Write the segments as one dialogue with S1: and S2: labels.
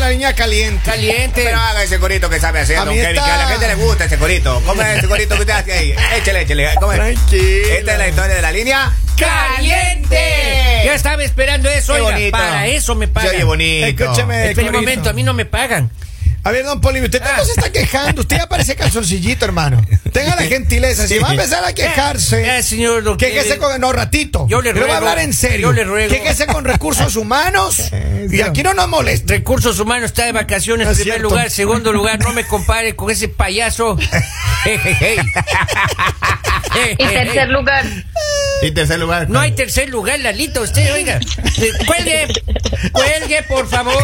S1: caña caliente.
S2: Caliente.
S3: Pero haga ese corito que sabe hacer,
S1: A
S3: don
S1: mí
S3: Kevin,
S1: está-
S3: que a la gente le gusta ese corito. ¿Cómo es ese corito que usted hace ahí? Échale, échale. ¿Cómo es?
S1: Tranquila.
S3: Esta es la historia de la línea
S2: ¡Caliente! Ya estaba esperando eso,
S3: Qué
S2: oiga,
S3: bonito.
S2: para eso me pagan.
S3: Se oye bonito.
S1: Escúcheme.
S2: Espera un
S1: corito.
S2: momento, a mí no me pagan.
S1: A ver, don Poli, usted no se
S3: Ah.
S1: está quejando. Usted ya parece calzoncillito, hermano. Tenga la gentileza. Si va a empezar a
S2: Eh,
S1: quejarse,
S2: señor doctor.
S1: quéjese con. No, ratito.
S2: Yo le
S1: voy a
S2: ruego,
S1: hablar en serio.
S2: yo le ruego.
S1: Quéjese con recursos humanos. y aquí no nos moleste.
S2: Recursos Humanos está de vacaciones,
S1: No es
S2: primer
S1: cierto.
S2: lugar, segundo lugar, no me compare con ese payaso. Jejeje.
S4: Y tercer lugar,
S3: y tercer lugar.
S2: No hay Eh, tercer lugar, Lalita, usted, oiga. Eh, Cuelgue, cuelgue, por favor.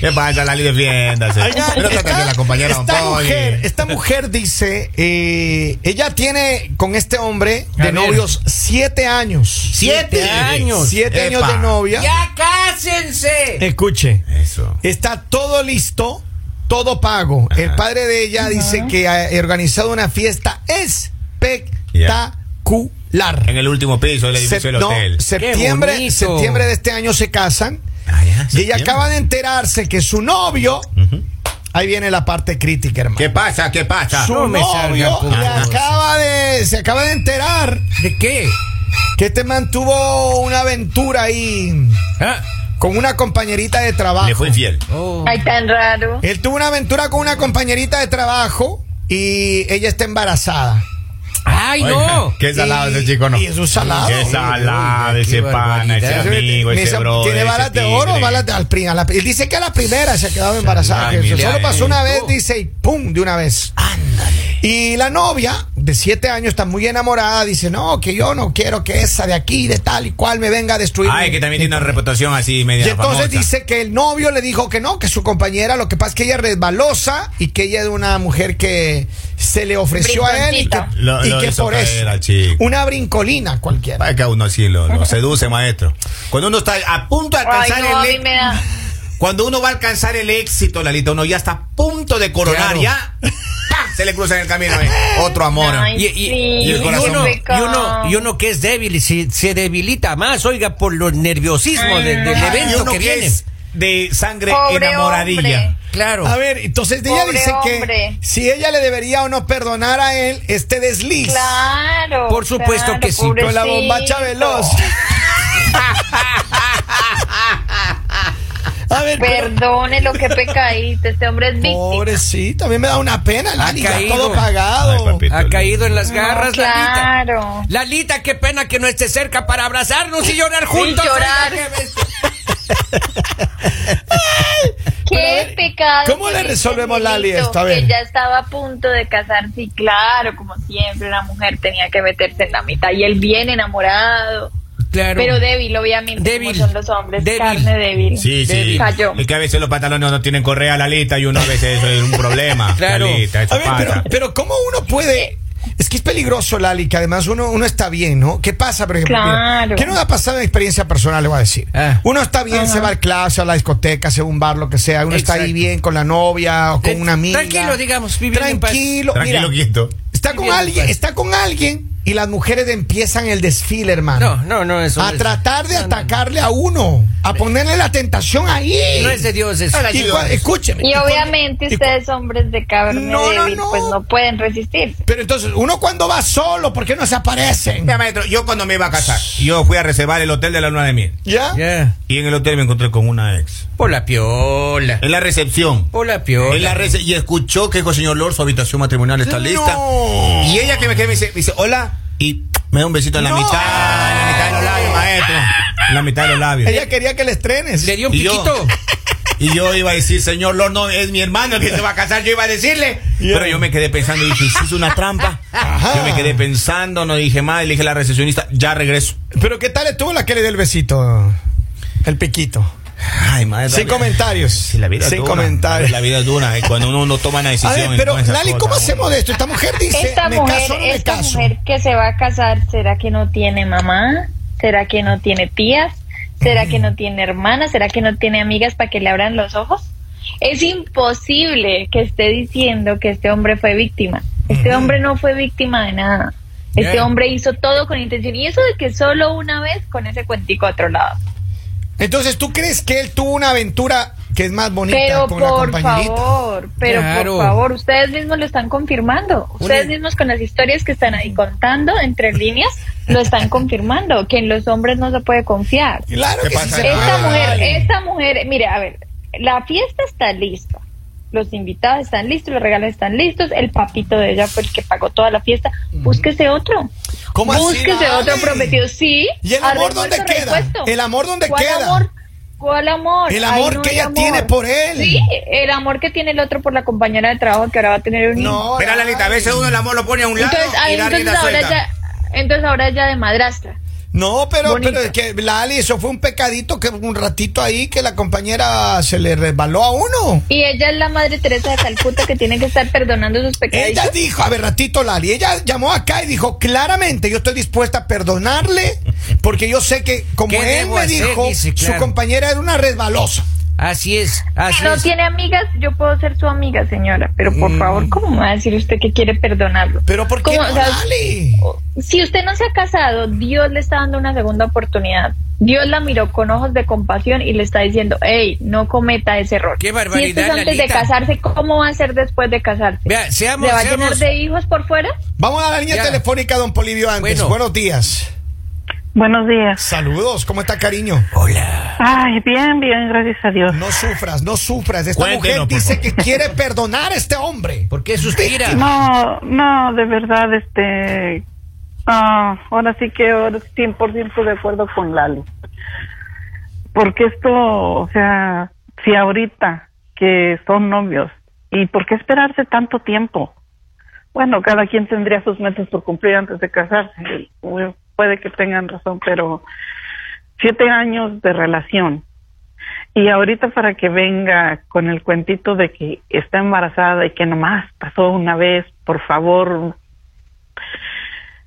S3: ¿Qué pasa, Lali? Defiéndase.
S1: Oigan,
S3: Pero trata de la compañera don
S1: esta
S3: Poli.
S1: mujer, esta mujer dice, eh, ella tiene con este hombre
S2: A
S1: de
S2: ver.
S1: novios siete años.
S2: Siete años.
S1: Siete
S3: Epa.
S1: años de novia.
S2: Ya cásense.
S1: Escuche.
S3: Eso.
S1: Está todo listo, todo pago. El padre de ella dice que ha organizado una fiesta espectacular.
S3: En el último piso del edificio
S1: Sep-
S3: del
S1: no,
S3: hotel.
S1: septiembre,
S2: bonito.
S1: septiembre de este año se casan
S3: Ah, ya,
S1: y ella
S3: septiembre.
S1: acaba de enterarse que su novio, ahí viene la parte crítica, hermano.
S3: ¿Qué pasa? ¿Qué pasa?
S1: Su
S2: No me salga
S1: novio
S2: con
S1: le
S2: cosas.
S1: acaba de, se acaba de enterar
S2: ¿De qué?
S1: que este mantuvo una aventura ahí
S2: Ah,
S1: con una compañerita de trabajo.
S3: Le fue infiel.
S2: oh.
S4: ay, tan raro.
S1: Él tuvo una aventura con una compañerita de trabajo y ella está embarazada.
S2: ¡Ay, no!
S3: Qué salado
S1: Y-
S3: ese chico, ¿no?
S1: y es un salado.
S3: Qué
S2: Uy,
S3: salado
S2: uy,
S3: ese
S2: qué
S3: pana, ese
S2: barbaridad.
S3: amigo,
S1: Me
S3: ese
S1: dice,
S3: bro.
S1: ¿Tiene balas de oro o balas de al pri- a la- Él dice que a la primera se ha quedado embarazada.
S3: Ay,
S1: que eso
S3: mira,
S1: solo pasó una
S2: eh.
S1: vez, dice, y pum, de una vez. Y la novia, de siete años, está muy enamorada, dice, no, que yo no quiero que esa de aquí, de tal y cual, me venga a destruir.
S3: Ay, que también tiene una reputación así
S1: Y
S3: media
S1: entonces
S3: famosa.
S1: dice que el novio le dijo que no, que su compañera, lo que pasa es que ella es resbalosa y que ella es una mujer que se le ofreció a él y que,
S4: Brinconcita.
S3: Lo-
S1: y
S3: lo
S1: que
S3: hizo
S1: por
S3: caer
S1: eso,
S3: al chico.
S1: una brincolina cualquiera.
S3: Para que a uno así lo, lo seduce, maestro. Cuando uno está a punto de
S4: Ay,
S3: alcanzar
S4: no, a
S3: el
S4: mí
S3: éxito,
S4: me da.
S3: cuando uno va a alcanzar el éxito, Lalita, uno ya está a punto de coronar,
S2: Claro.
S3: ya ¡pa! se le cruza en el camino eh, otro amor.
S4: Ay,
S2: Y, y-
S4: sí,
S3: y el
S2: y
S3: corazón.
S2: uno,
S4: qué
S2: y uno- y uno que es débil y se, se debilita más, oiga, por los nerviosismos de- del
S3: Ay,
S2: evento
S3: uno
S2: que viene.
S3: es de sangre
S4: Pobre
S3: enamoradilla.
S4: hombre.
S2: Claro.
S1: A ver, entonces ella
S4: Pobre
S1: dice
S4: hombre.
S1: que si ella le debería o no perdonar a él este desliz
S4: Claro.
S2: Por supuesto
S4: claro,
S2: que sí.
S1: con la bombacha
S4: pobrecito.
S1: veloz. a ver, pero-
S4: Perdone lo que pecaíste, este hombre es víctima.
S1: pobrecito, a mí me da una pena, Lali, ya
S2: caído.
S1: todo pagado.
S3: Ay, papito.
S2: ha caído en las garras,
S4: claro.
S2: Lalita. Lalita, qué pena que no esté cerca para abrazarnos y llorar juntos. oiga,
S4: llorar.
S2: qué ves-
S1: Pero, a
S4: Qué
S1: ver,
S4: pecado.
S1: ¿cómo le
S4: que
S1: resolvemos,
S4: dice
S1: Lali,
S4: Miguelito,
S1: esto? A ver.
S4: Que ya estaba a punto de casarse y claro, como siempre, la mujer tenía que meterse en la mitad y él bien enamorado.
S2: Claro.
S4: Pero débil, obviamente,
S2: Débil.
S4: como son los hombres,
S2: Débil.
S4: carne débil.
S3: Sí, sí.
S4: Cayó.
S3: Es que a veces los pantalones no tienen correa, Lalita, y uno a veces eso es un problema.
S2: Claro.
S3: Lalita, eso
S1: A ver,
S3: pasa.
S1: pero, pero ¿cómo uno puede...? Es que es peligroso, Lali, que además uno, uno está bien, ¿no? ¿Qué pasa, por ejemplo?
S4: Claro.
S1: ¿Qué nos ha pasado en experiencia personal, le voy a decir?
S2: Ah.
S1: Uno está bien, se va al clase, a la discoteca, se va a un bar, lo que sea. Uno está
S2: Exacto.
S1: ahí bien con la novia o
S2: Eh,
S1: con una amiga.
S2: tranquilo, digamos, viviendo en paz.
S1: Tranquilo.
S3: Tranquilo,
S1: mira,
S3: Quinto.
S1: está con
S2: Viviendo en
S1: alguien,
S2: paz.
S1: está con alguien y las mujeres empiezan el desfile, hermano.
S2: No, no, no, eso.
S1: a
S2: no es-
S1: tratar de
S2: no, no, no.
S1: atacarle a uno, a ponerle la tentación ahí.
S2: No es de Dios eso.
S1: Y cua- escúcheme.
S4: Y
S1: cua-
S4: obviamente
S1: y cua-
S4: ustedes, hombres de carne
S1: No, no,
S4: débil,
S1: no.
S4: pues no pueden resistirse.
S1: Pero entonces, uno cuando va solo, ¿por qué no se aparecen?
S3: Mira, maestro, yo cuando me iba a casar, yo fui a reservar el hotel de la luna de miel.
S1: ¿Ya?
S2: Ya.
S3: Y en el hotel me encontré con una ex.
S2: Por la piola.
S3: En la recepción.
S2: Por la piola.
S3: En la rece- y escuchó que dijo señor Lord, su habitación matrimonial está lista.
S1: No.
S3: Y ella que me quedé me dice, me dice, hola. Y me da un besito en la
S1: No.
S3: mitad. En la mitad de los labios, maestro. En la mitad de los labios.
S1: Ella quería que le estrenes.
S2: Le dio un
S3: Y yo-
S2: piquito.
S3: Y yo iba a decir, señor Lord, no, es mi hermano que se va a casar, yo iba a decirle.
S1: Yeah.
S3: Pero yo me quedé pensando, dije, ¿hiciste una trampa?
S1: Ajá.
S3: Yo me quedé pensando, no dije más, le dije a la recepcionista, ya regreso.
S1: Pero ¿qué tal estuvo la que le dio el besito? El piquito.
S3: Ay, madre.
S1: Sin
S3: la vida-
S1: comentarios.
S3: Sí, la vida es
S1: Sin
S3: dura.
S1: comentarios.
S3: La vida es dura. eh, Cuando uno no toma una
S1: A
S3: decisión.
S1: ver,
S3: en
S1: pero
S3: todas esas
S1: Lali, ¿cómo
S3: cosas,
S1: hacemos
S3: uno-
S1: de esto? Esta mujer dice,
S4: Esta
S1: ¿me
S4: mujer,
S1: caso o no me
S4: esta
S1: caso?
S4: mujer que se va a casar, ¿será que no tiene mamá? ¿Será que no tiene tías? ¿Será que no tiene hermanas? ¿Será que no tiene amigas para que le abran los ojos? Es imposible que esté diciendo que este hombre fue víctima. Este hombre no fue víctima de nada. Este
S2: Bien.
S4: hombre hizo todo con intención. Y eso de que solo una vez con ese cuentico a otro lado.
S1: Entonces, ¿tú crees que él tuvo una aventura que es más bonita
S4: Pero
S1: con la
S4: por
S1: compañerita.
S4: favor, pero
S2: Claro.
S4: por favor, ustedes mismos lo están confirmando. Ustedes
S2: Una-
S4: mismos con las historias que están ahí contando entre líneas lo están confirmando, que en los hombres no se puede confiar.
S1: Claro
S3: ¿Qué
S1: que sí
S3: pasa?
S1: se
S3: Esta
S1: puede.
S4: Esta mujer,
S1: Ay.
S4: esta mujer, mire, a ver, la fiesta está lista. Los invitados están listos, los regalos están listos, el papito de ella fue el que pagó toda la fiesta. Búsquese otro.
S1: ¿Cómo así,
S4: Búsquese
S1: Dani?
S4: otro prometido, sí.
S1: ¿Y el amor
S4: a
S1: dónde
S4: repuesto,
S1: queda?
S4: repuesto.
S1: ¿El amor dónde
S4: ¿Cuál
S1: queda?
S4: amor? ¿Cuál amor?
S1: El amor
S4: Ay, no
S1: que
S4: hay
S1: ella tiene por él.
S4: Sí, el amor que tiene el otro por la compañera de trabajo que ahora va a tener un hijo.
S1: No,
S3: Espera, Lalita, a veces uno el amor lo pone a un lado
S4: Entonces, ahí-
S3: y la
S4: entonces
S3: rienda
S4: ahora
S3: suelta.
S4: ya, entonces ahora ya de madrastra.
S1: No, pero,
S4: Bonito.
S1: pero es que Lali, eso fue un pecadito que un ratito ahí que la compañera se le resbaló a uno.
S4: Y ella es la madre Teresa de Calcuta que tiene que estar perdonando sus pecados.
S1: Ella dijo, a ver, ratito Lali, ella llamó acá y dijo claramente, yo estoy dispuesta a perdonarle porque yo sé que como
S2: ¿Qué
S1: él
S2: debo
S1: me
S2: hacer?
S1: dijo,
S2: Dice,
S1: su
S2: claro.
S1: compañera era una resbalosa.
S2: Así es,
S4: Si
S2: así
S4: no
S2: es.
S4: tiene amigas, yo puedo ser su amiga, señora. Pero por favor, ¿cómo me va a decir usted que quiere perdonarlo?
S1: Mm. Pero ¿por qué
S4: ¿Cómo?
S1: no,
S4: O sea,
S1: Lali?
S4: si usted no se ha casado, Dios le está dando una segunda oportunidad. Dios la miró con ojos de compasión y le está diciendo, hey, no cometa ese error.
S2: ¡Qué
S4: Si esto es
S2: barbaridad,
S4: antes de
S2: Lalita!
S4: casarse, ¿cómo va a ser después de casarse?
S2: Vea, seamos-
S4: ¿Le va a
S2: seamos-
S4: llenar de hijos por fuera?
S1: Vamos a la línea
S2: Ya.
S1: telefónica, don Polivio antes.
S2: Bueno.
S1: Buenos días.
S5: Buenos días.
S1: Saludos, ¿cómo está, cariño?
S2: Hola.
S5: Ay, bien, bien, gracias a Dios.
S1: No sufras, no sufras. Esta
S3: Cuéntenos,
S1: mujer
S3: por
S1: dice
S3: favor.
S1: que quiere perdonar a este hombre.
S2: ¿Por qué suspira?
S5: No, no, de verdad, este. ah, ahora sí que ahora 100% de acuerdo con Lali. Porque esto, o sea, si ahorita que son novios, ¿y por qué esperarse tanto tiempo? Bueno, cada quien tendría sus metas por cumplir antes de casarse. Bueno, Puede que tengan razón, pero siete años de relación. Y ahorita para que venga con el cuentito de que está embarazada y que nomás pasó una vez, por favor,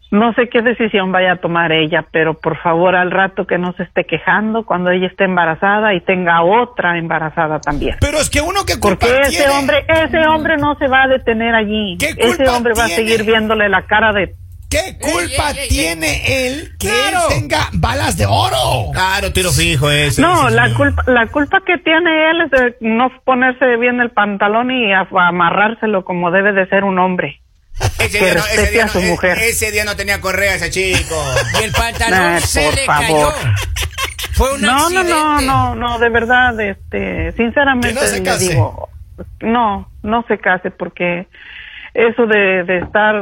S5: no sé qué decisión vaya a tomar ella, pero por favor al rato que no se esté quejando cuando ella esté embarazada y tenga otra embarazada también.
S1: Pero es que uno que culpa
S5: Porque
S2: este
S5: ese
S1: tiene.
S5: hombre, ese hombre no se va a detener allí.
S1: ¿Qué
S5: Ese
S1: culpa
S5: hombre va a
S1: tiene?
S5: seguir viéndole la cara de
S1: ¿Qué culpa
S2: ey, ey,
S1: tiene él que
S2: Claro. Ah.
S1: él tenga balas de oro?
S3: Claro, tiro fijo ese.
S5: No,
S3: ese
S5: la
S3: señor.
S5: culpa, la culpa que tiene él es de no ponerse bien el pantalón y a- amarrárselo como debe de ser un hombre.
S3: Ese
S5: que
S3: día, no, ese,
S5: respete
S3: día
S5: a
S3: no,
S5: su
S3: e-
S5: mujer.
S3: ese día no tenía correa ese chico.
S2: Y el pantalón
S5: Nah,
S2: se
S5: por
S2: le
S5: favor.
S2: cayó. Fue un
S5: No, no,
S2: accidente.
S5: no, no, no, de verdad, este, sinceramente
S1: Que no se
S5: le
S1: case.
S5: digo, no, no se case porque eso de, de estar,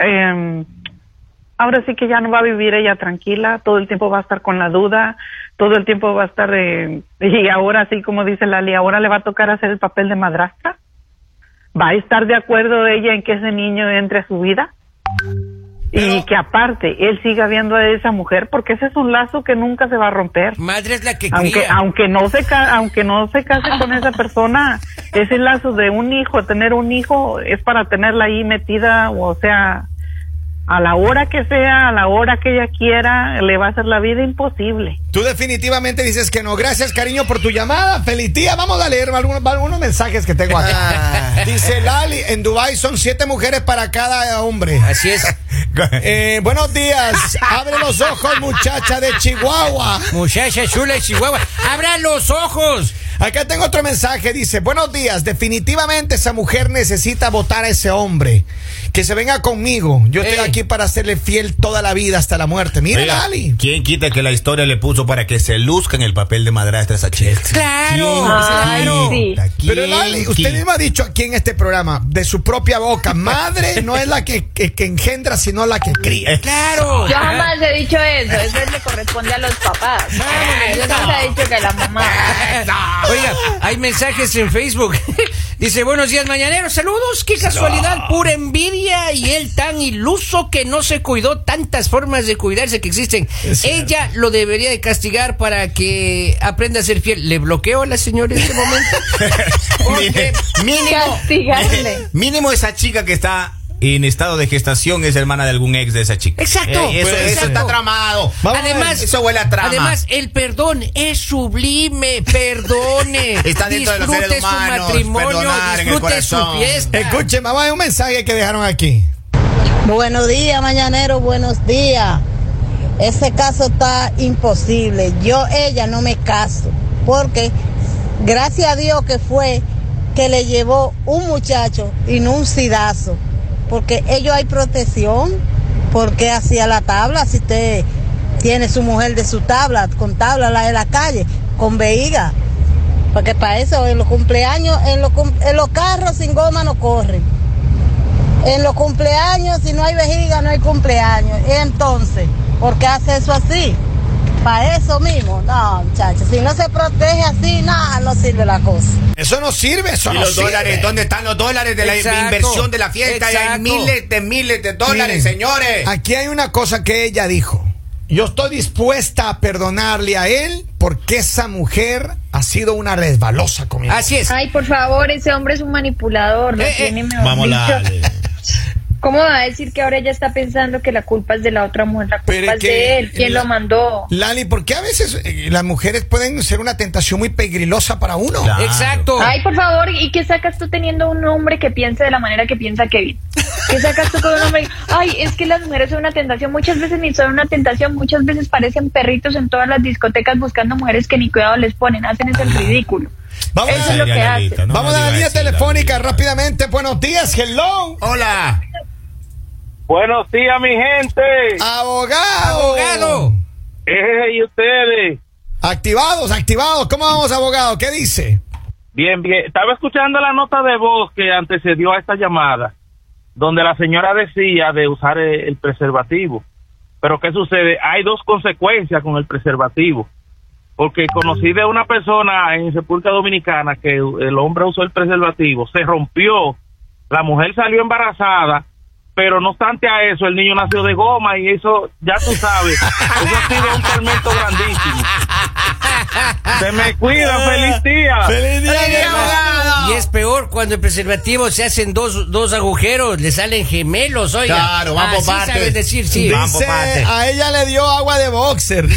S5: em, ahora sí que ya no va a vivir ella tranquila, todo el tiempo va a estar con la duda, todo el tiempo va a estar, em, y ahora sí, como dice Lali, ahora le va a tocar hacer el papel de madrastra. ¿Va a estar de acuerdo ella en que ese niño entre a su vida? Y que aparte él siga viendo a esa mujer porque ese es un lazo que nunca se va a romper.
S2: Madre es la que
S5: Aunque
S2: cría.
S5: aunque no se ca- aunque no se case con esa persona, ese lazo de un hijo, tener un hijo es para tenerla ahí metida, o sea, a la hora que sea, a la hora que ella quiera, le va a hacer la vida imposible.
S1: Tú definitivamente dices que no. Gracias, cariño, por tu llamada. Feliz día. Vamos a leer algunos, algunos mensajes que tengo
S2: Ah.
S1: acá. Dice Lali, en Dubai son siete mujeres para cada hombre.
S2: Así es.
S1: Eh, buenos días. Abre los ojos, muchacha de Chihuahua.
S2: Muchacha chula de Chihuahua. ¡Abra los ojos!
S1: Acá tengo otro mensaje, dice, buenos días, definitivamente esa mujer necesita votar a ese hombre, que se venga conmigo, yo estoy
S2: Ey.
S1: aquí para serle fiel toda la vida hasta la muerte, mira
S3: Oiga,
S1: Lali.
S3: ¿Quién quita que la historia le puso para que se luzca en el papel de madrastra esa chica?
S2: ¡Claro!
S4: Ay,
S2: ¡Claro!
S4: sí.
S3: ¿Quién
S1: Pero Lali, usted
S3: quita?
S1: mismo ha dicho aquí en este programa, de su propia boca, madre no es la que, que- que engendra, sino la que cría.
S2: ¡Claro!
S4: Yo jamás he dicho eso, eso le corresponde a los papás. Yo no he dicho que la mamá.
S2: Oiga, hay mensajes en Facebook. Dice, buenos días, mañaneros. Saludos, qué casualidad, pura envidia. Y él tan iluso que no se cuidó tantas formas de cuidarse que existen. Ella lo debería de castigar para que aprenda a ser fiel. ¿Le bloqueo a la señora en este momento?
S3: Mire, mínimo,
S4: Castigarle.
S3: mínimo esa chica que está en estado de gestación es hermana de algún ex de esa chica.
S2: Exacto.
S3: Eh, eso,
S2: Puede
S3: eso
S2: ser.
S3: está tramado.
S1: Vamos a ver,
S2: además,
S3: eso huele a trama.
S2: Además, el perdón es sublime. Perdone.
S3: Está dentro de los
S2: disfrute
S3: seres humanos,
S2: su matrimonio,
S3: perdonar en el
S2: disfrute su
S3: corazón. Eh,
S2: fiesta.
S1: Escuche, mamá, hay un mensaje que dejaron aquí.
S6: Buenos días, mañanero, buenos días. Ese caso está imposible. Yo, ella, no me caso porque Gracias a Dios que fue que le llevó un muchacho y no un sidazo, porque ellos hay protección, porque hacía la tabla, si usted tiene su mujer de su tabla, con tabla la de la calle, con veiga, porque para eso en los cumpleaños, en los, cum- en los carros sin goma no corren. En los cumpleaños, si no hay vejiga, no hay cumpleaños. Entonces, ¿por qué hace eso así? Para eso mismo. No, muchachos, si no se protege así, nada, no sirve la cosa.
S1: Eso no sirve, eso
S3: Y
S1: no
S3: los
S1: sirve.
S3: dólares, ¿dónde están los dólares de la
S2: Exacto,
S3: inversión de la fiesta? Y hay
S2: exacto.
S3: miles de miles de dólares,
S1: Miren,
S3: señores.
S1: Aquí hay una cosa que ella dijo. Yo estoy dispuesta a perdonarle a él porque esa mujer ha sido una resbalosa conmigo.
S2: Así es.
S4: Ay, por favor, ese hombre es un manipulador, lo
S2: Eh, eh,
S4: tiene mejor dicho. ¿Cómo va a decir que ahora ella está pensando que la culpa es de la otra mujer? La culpa
S1: Pero es
S4: es
S1: que
S4: de él. ¿Quién
S1: la-
S4: lo mandó?
S1: Lali, porque a veces eh, las mujeres pueden ser una tentación muy pegrilosa para uno?
S3: Claro.
S2: Exacto.
S4: Ay, por favor, ¿y qué sacas tú teniendo un hombre que piense de la manera que piensa Kevin? ¿Qué sacas tú con un hombre? Ay, es que las mujeres son una tentación. Muchas veces ni son una tentación, muchas veces parecen perritos en todas las discotecas buscando mujeres que ni cuidado les ponen. Hacen ese ridículo.
S1: Ah. Vamos,
S4: Eso
S1: a,
S4: es lo que hace.
S3: Lalita, no
S1: vamos
S3: me
S1: a la
S3: diga
S1: línea
S3: así,
S1: telefónica
S3: Lalita.
S1: rápidamente. Buenos días, hello.
S3: Hola.
S7: Buenos días, mi gente.
S1: Abogado.
S2: Abogado.
S7: Eh, y ustedes.
S1: Activados, activados. ¿Cómo vamos, abogado? ¿Qué dice?
S7: Bien, bien. Estaba escuchando la nota de voz que antecedió a esta llamada, donde la señora decía de usar el, el preservativo. Pero ¿qué sucede? Hay dos consecuencias con el preservativo. Porque conocí de una persona en República Dominicana que el hombre usó el preservativo, se rompió, la mujer salió embarazada, pero no obstante a eso, el niño nació de goma y eso, ya tú sabes, eso ha sido un tormento grandísimo. Se me cuida, Ah. feliz día.
S1: ¡Feliz día,
S2: Y es peor cuando el preservativo se hacen dos, dos agujeros, le salen gemelos, oiga.
S3: Claro, van por
S2: Así
S3: partes.
S2: sabes decir, sí.
S3: Van por
S1: Dice,
S3: parte.
S1: a ella le dio agua de boxer.
S3: Eso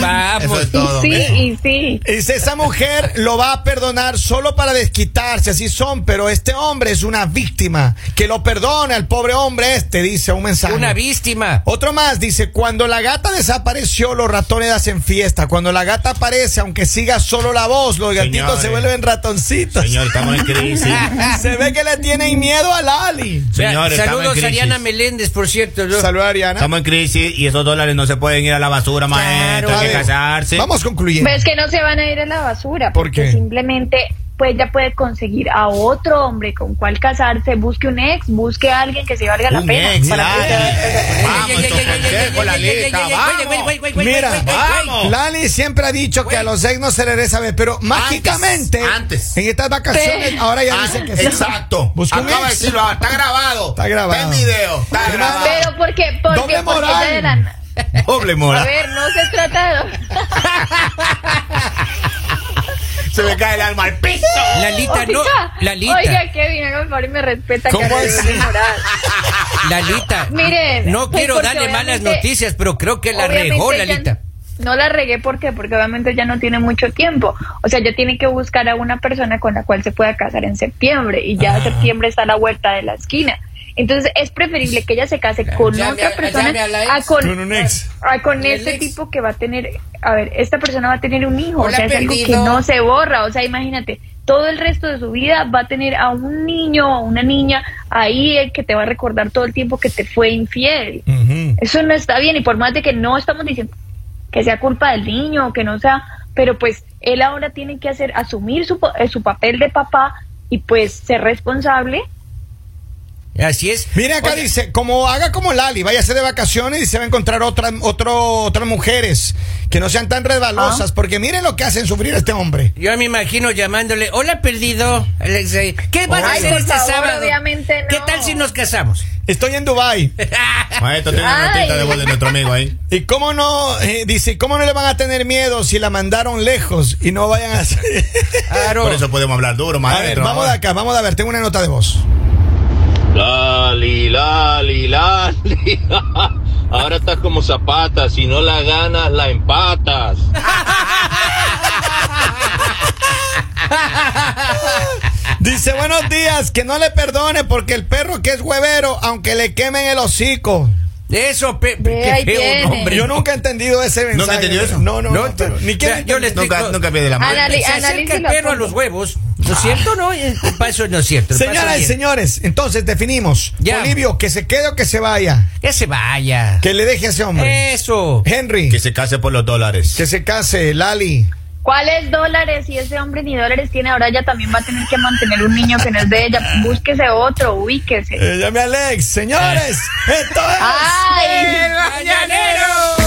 S2: Vamos.
S3: es todo.
S4: sí, y sí.
S1: Dice, esa mujer lo va a perdonar solo para desquitarse, así son, pero este hombre es una víctima. Que lo perdone al pobre hombre este, dice un mensaje.
S2: Una víctima.
S1: Otro más dice, cuando la gata desapareció, los ratones hacen fiesta. Cuando la gata aparece, aunque siga solo la voz, los gatitos
S3: Señores.
S1: se vuelven ratoncitos.
S3: Señor, estamos en crisis.
S1: Se ve que le tienen miedo a Lali.
S2: Vea,
S3: Señor, estamos en
S2: saludos
S3: crisis.
S2: a Ariana Meléndez, por cierto. ¿no?
S1: Saluda Ariana.
S3: Estamos en crisis y esos dólares no se pueden ir a la basura,
S1: A
S3: maestro. Hay que
S1: ver,
S3: casarse.
S1: Vamos concluyendo.
S4: Ves que no se van a ir a la basura.
S1: ¿Por
S4: porque
S1: qué?
S4: Simplemente, pues ya puede conseguir a otro hombre con cual casarse. Busque un ex, busque a alguien que se valga la
S3: Un
S4: pena.
S3: ex,
S4: para que
S3: Lali.
S4: se valga la pena.
S3: Vamos,
S2: Ey, ey,
S3: estos
S2: ey, ey, ey,
S3: consejos,
S2: ey, ey, ey,
S3: Lalita,
S2: ey, ey,
S3: vamos.
S2: güey, güey, güey, güey, güey,
S1: Mira,
S2: güey, güey,
S3: vamos.
S1: Lali siempre ha dicho que a los ex no se les regresa ver, pero mágicamente
S3: antes.
S1: en estas vacaciones
S4: Sí.
S1: ahora ya
S3: Ah,
S1: dice que sí.
S3: exacto.
S1: Busca un
S3: Acaba de
S1: ex.
S3: decirlo, ah, está grabado.
S1: Está grabado.
S3: en video. Está
S1: Pero-
S3: grabado.
S4: Pero porque, porque,
S1: Doble
S4: porque
S1: moral.
S4: ella de la-
S3: Doble
S4: A
S3: moral.
S4: ver, no se trata de...
S3: Se me cae el alma al piso.
S2: güey. Lalita, no. Lalita.
S4: Oiga, Kevin, haga el favor y me respeta. que
S1: ¿Cómo
S4: ahora
S1: es?
S4: yo voy a llorar.
S2: Lalita.
S4: Miren,
S2: No
S4: pues
S2: quiero
S4: porque
S2: darle malas
S4: obviamente-
S2: noticias, pero creo que la
S4: Obviamente
S2: regó,
S4: ella
S2: Lalita.
S4: No la regué, ¿por qué? Porque obviamente ya no tiene mucho tiempo. O sea, ya tiene que buscar a una persona con la cual se pueda casar en septiembre. Y
S2: Ah.
S4: ya septiembre está a la vuelta de la esquina. Entonces, es preferible que ella se case con
S2: Llame
S4: otra
S2: a-
S4: persona
S2: llame a la ex.
S4: a con,
S1: Con un ex.
S4: a con
S2: El
S4: este
S2: ex.
S4: tipo que va a tener. A ver, esta persona va a tener un hijo.
S2: Hola,
S4: o sea, es algo que
S2: perdido.
S4: no se borra. O sea, imagínate. Todo el resto de su vida va a tener a un niño o una niña ahí eh, que te va a recordar todo el tiempo que te fue infiel.
S1: Ujú.
S4: Eso no está bien y por más de que no estamos diciendo que sea culpa del niño o que no sea, pero pues él ahora tiene que hacer asumir su, pa- eh, su papel de papá y pues ser responsable.
S2: Así es.
S1: Mira acá
S2: Oye,
S1: dice, como haga como Lali, váyase de vacaciones y se va a encontrar otras otro, otras mujeres que no sean tan resbalosas,
S4: Ah.
S1: porque miren lo que hacen sufrir a este hombre.
S2: Yo me imagino llamándole, hola perdido, Alex. eh, ¿Qué vas a
S4: Ay,
S2: hacer
S4: por
S2: este
S4: favor,
S2: sábado?
S4: obviamente no.
S2: ¿Qué tal si nos casamos?
S1: Estoy en Dubai.
S3: Maestro, tiene una
S4: Ay.
S3: notita de voz de nuestro amigo ahí.
S1: ¿Y cómo no? eh, dice, ¿y ¿cómo no le van a tener miedo si la mandaron lejos y no vayan a hacer?
S2: Claro.
S3: Por eso podemos hablar duro,
S1: A ver,
S3: maestro.
S1: vamos de acá, vamos a ver, tengo una nota de voz.
S8: Lali, Lali, Lali. Ahora estás como zapata, si no la ganas, la empatas.
S1: Dice, buenos días, que no le perdone porque el perro que es huevero, aunque le quemen el hocico.
S2: Eso, Pepe.
S4: Ve,
S2: Qué
S4: ahí
S2: feo
S4: viene.
S2: nombre.
S1: Yo nunca he entendido ese mensaje.
S3: ¿Nunca he entendido eso?
S1: No, no,
S2: No,
S1: no. pero
S2: tú-
S1: ni
S2: mira,
S1: quién-
S2: yo le explico.
S3: Nunca, nunca pide la mano.
S4: Anali-
S2: se acerca el
S4: analícelo a
S2: perro a
S4: fondo.
S2: los huevos. ¿No es cierto? No, el paso no es cierto. el paso
S1: Señoras y
S2: bien.
S1: señores, entonces definimos.
S2: Ya.
S1: Olivio, que se quede o que se vaya.
S2: Que se vaya.
S1: Que le deje a ese
S2: Eh.
S1: hombre.
S2: Eso.
S1: Henry,
S3: Que se case por los dólares.
S1: que se case. Lali.
S4: ¿Cuáles dólares? Si ese hombre ni dólares tiene, ahora ella también va a tener que mantener un niño que no es de ella. Búsquese otro, ubíquese.
S1: Eh, llame a Alex. Señores, esto es.
S4: ¡Ay!
S2: ¡Mañanero!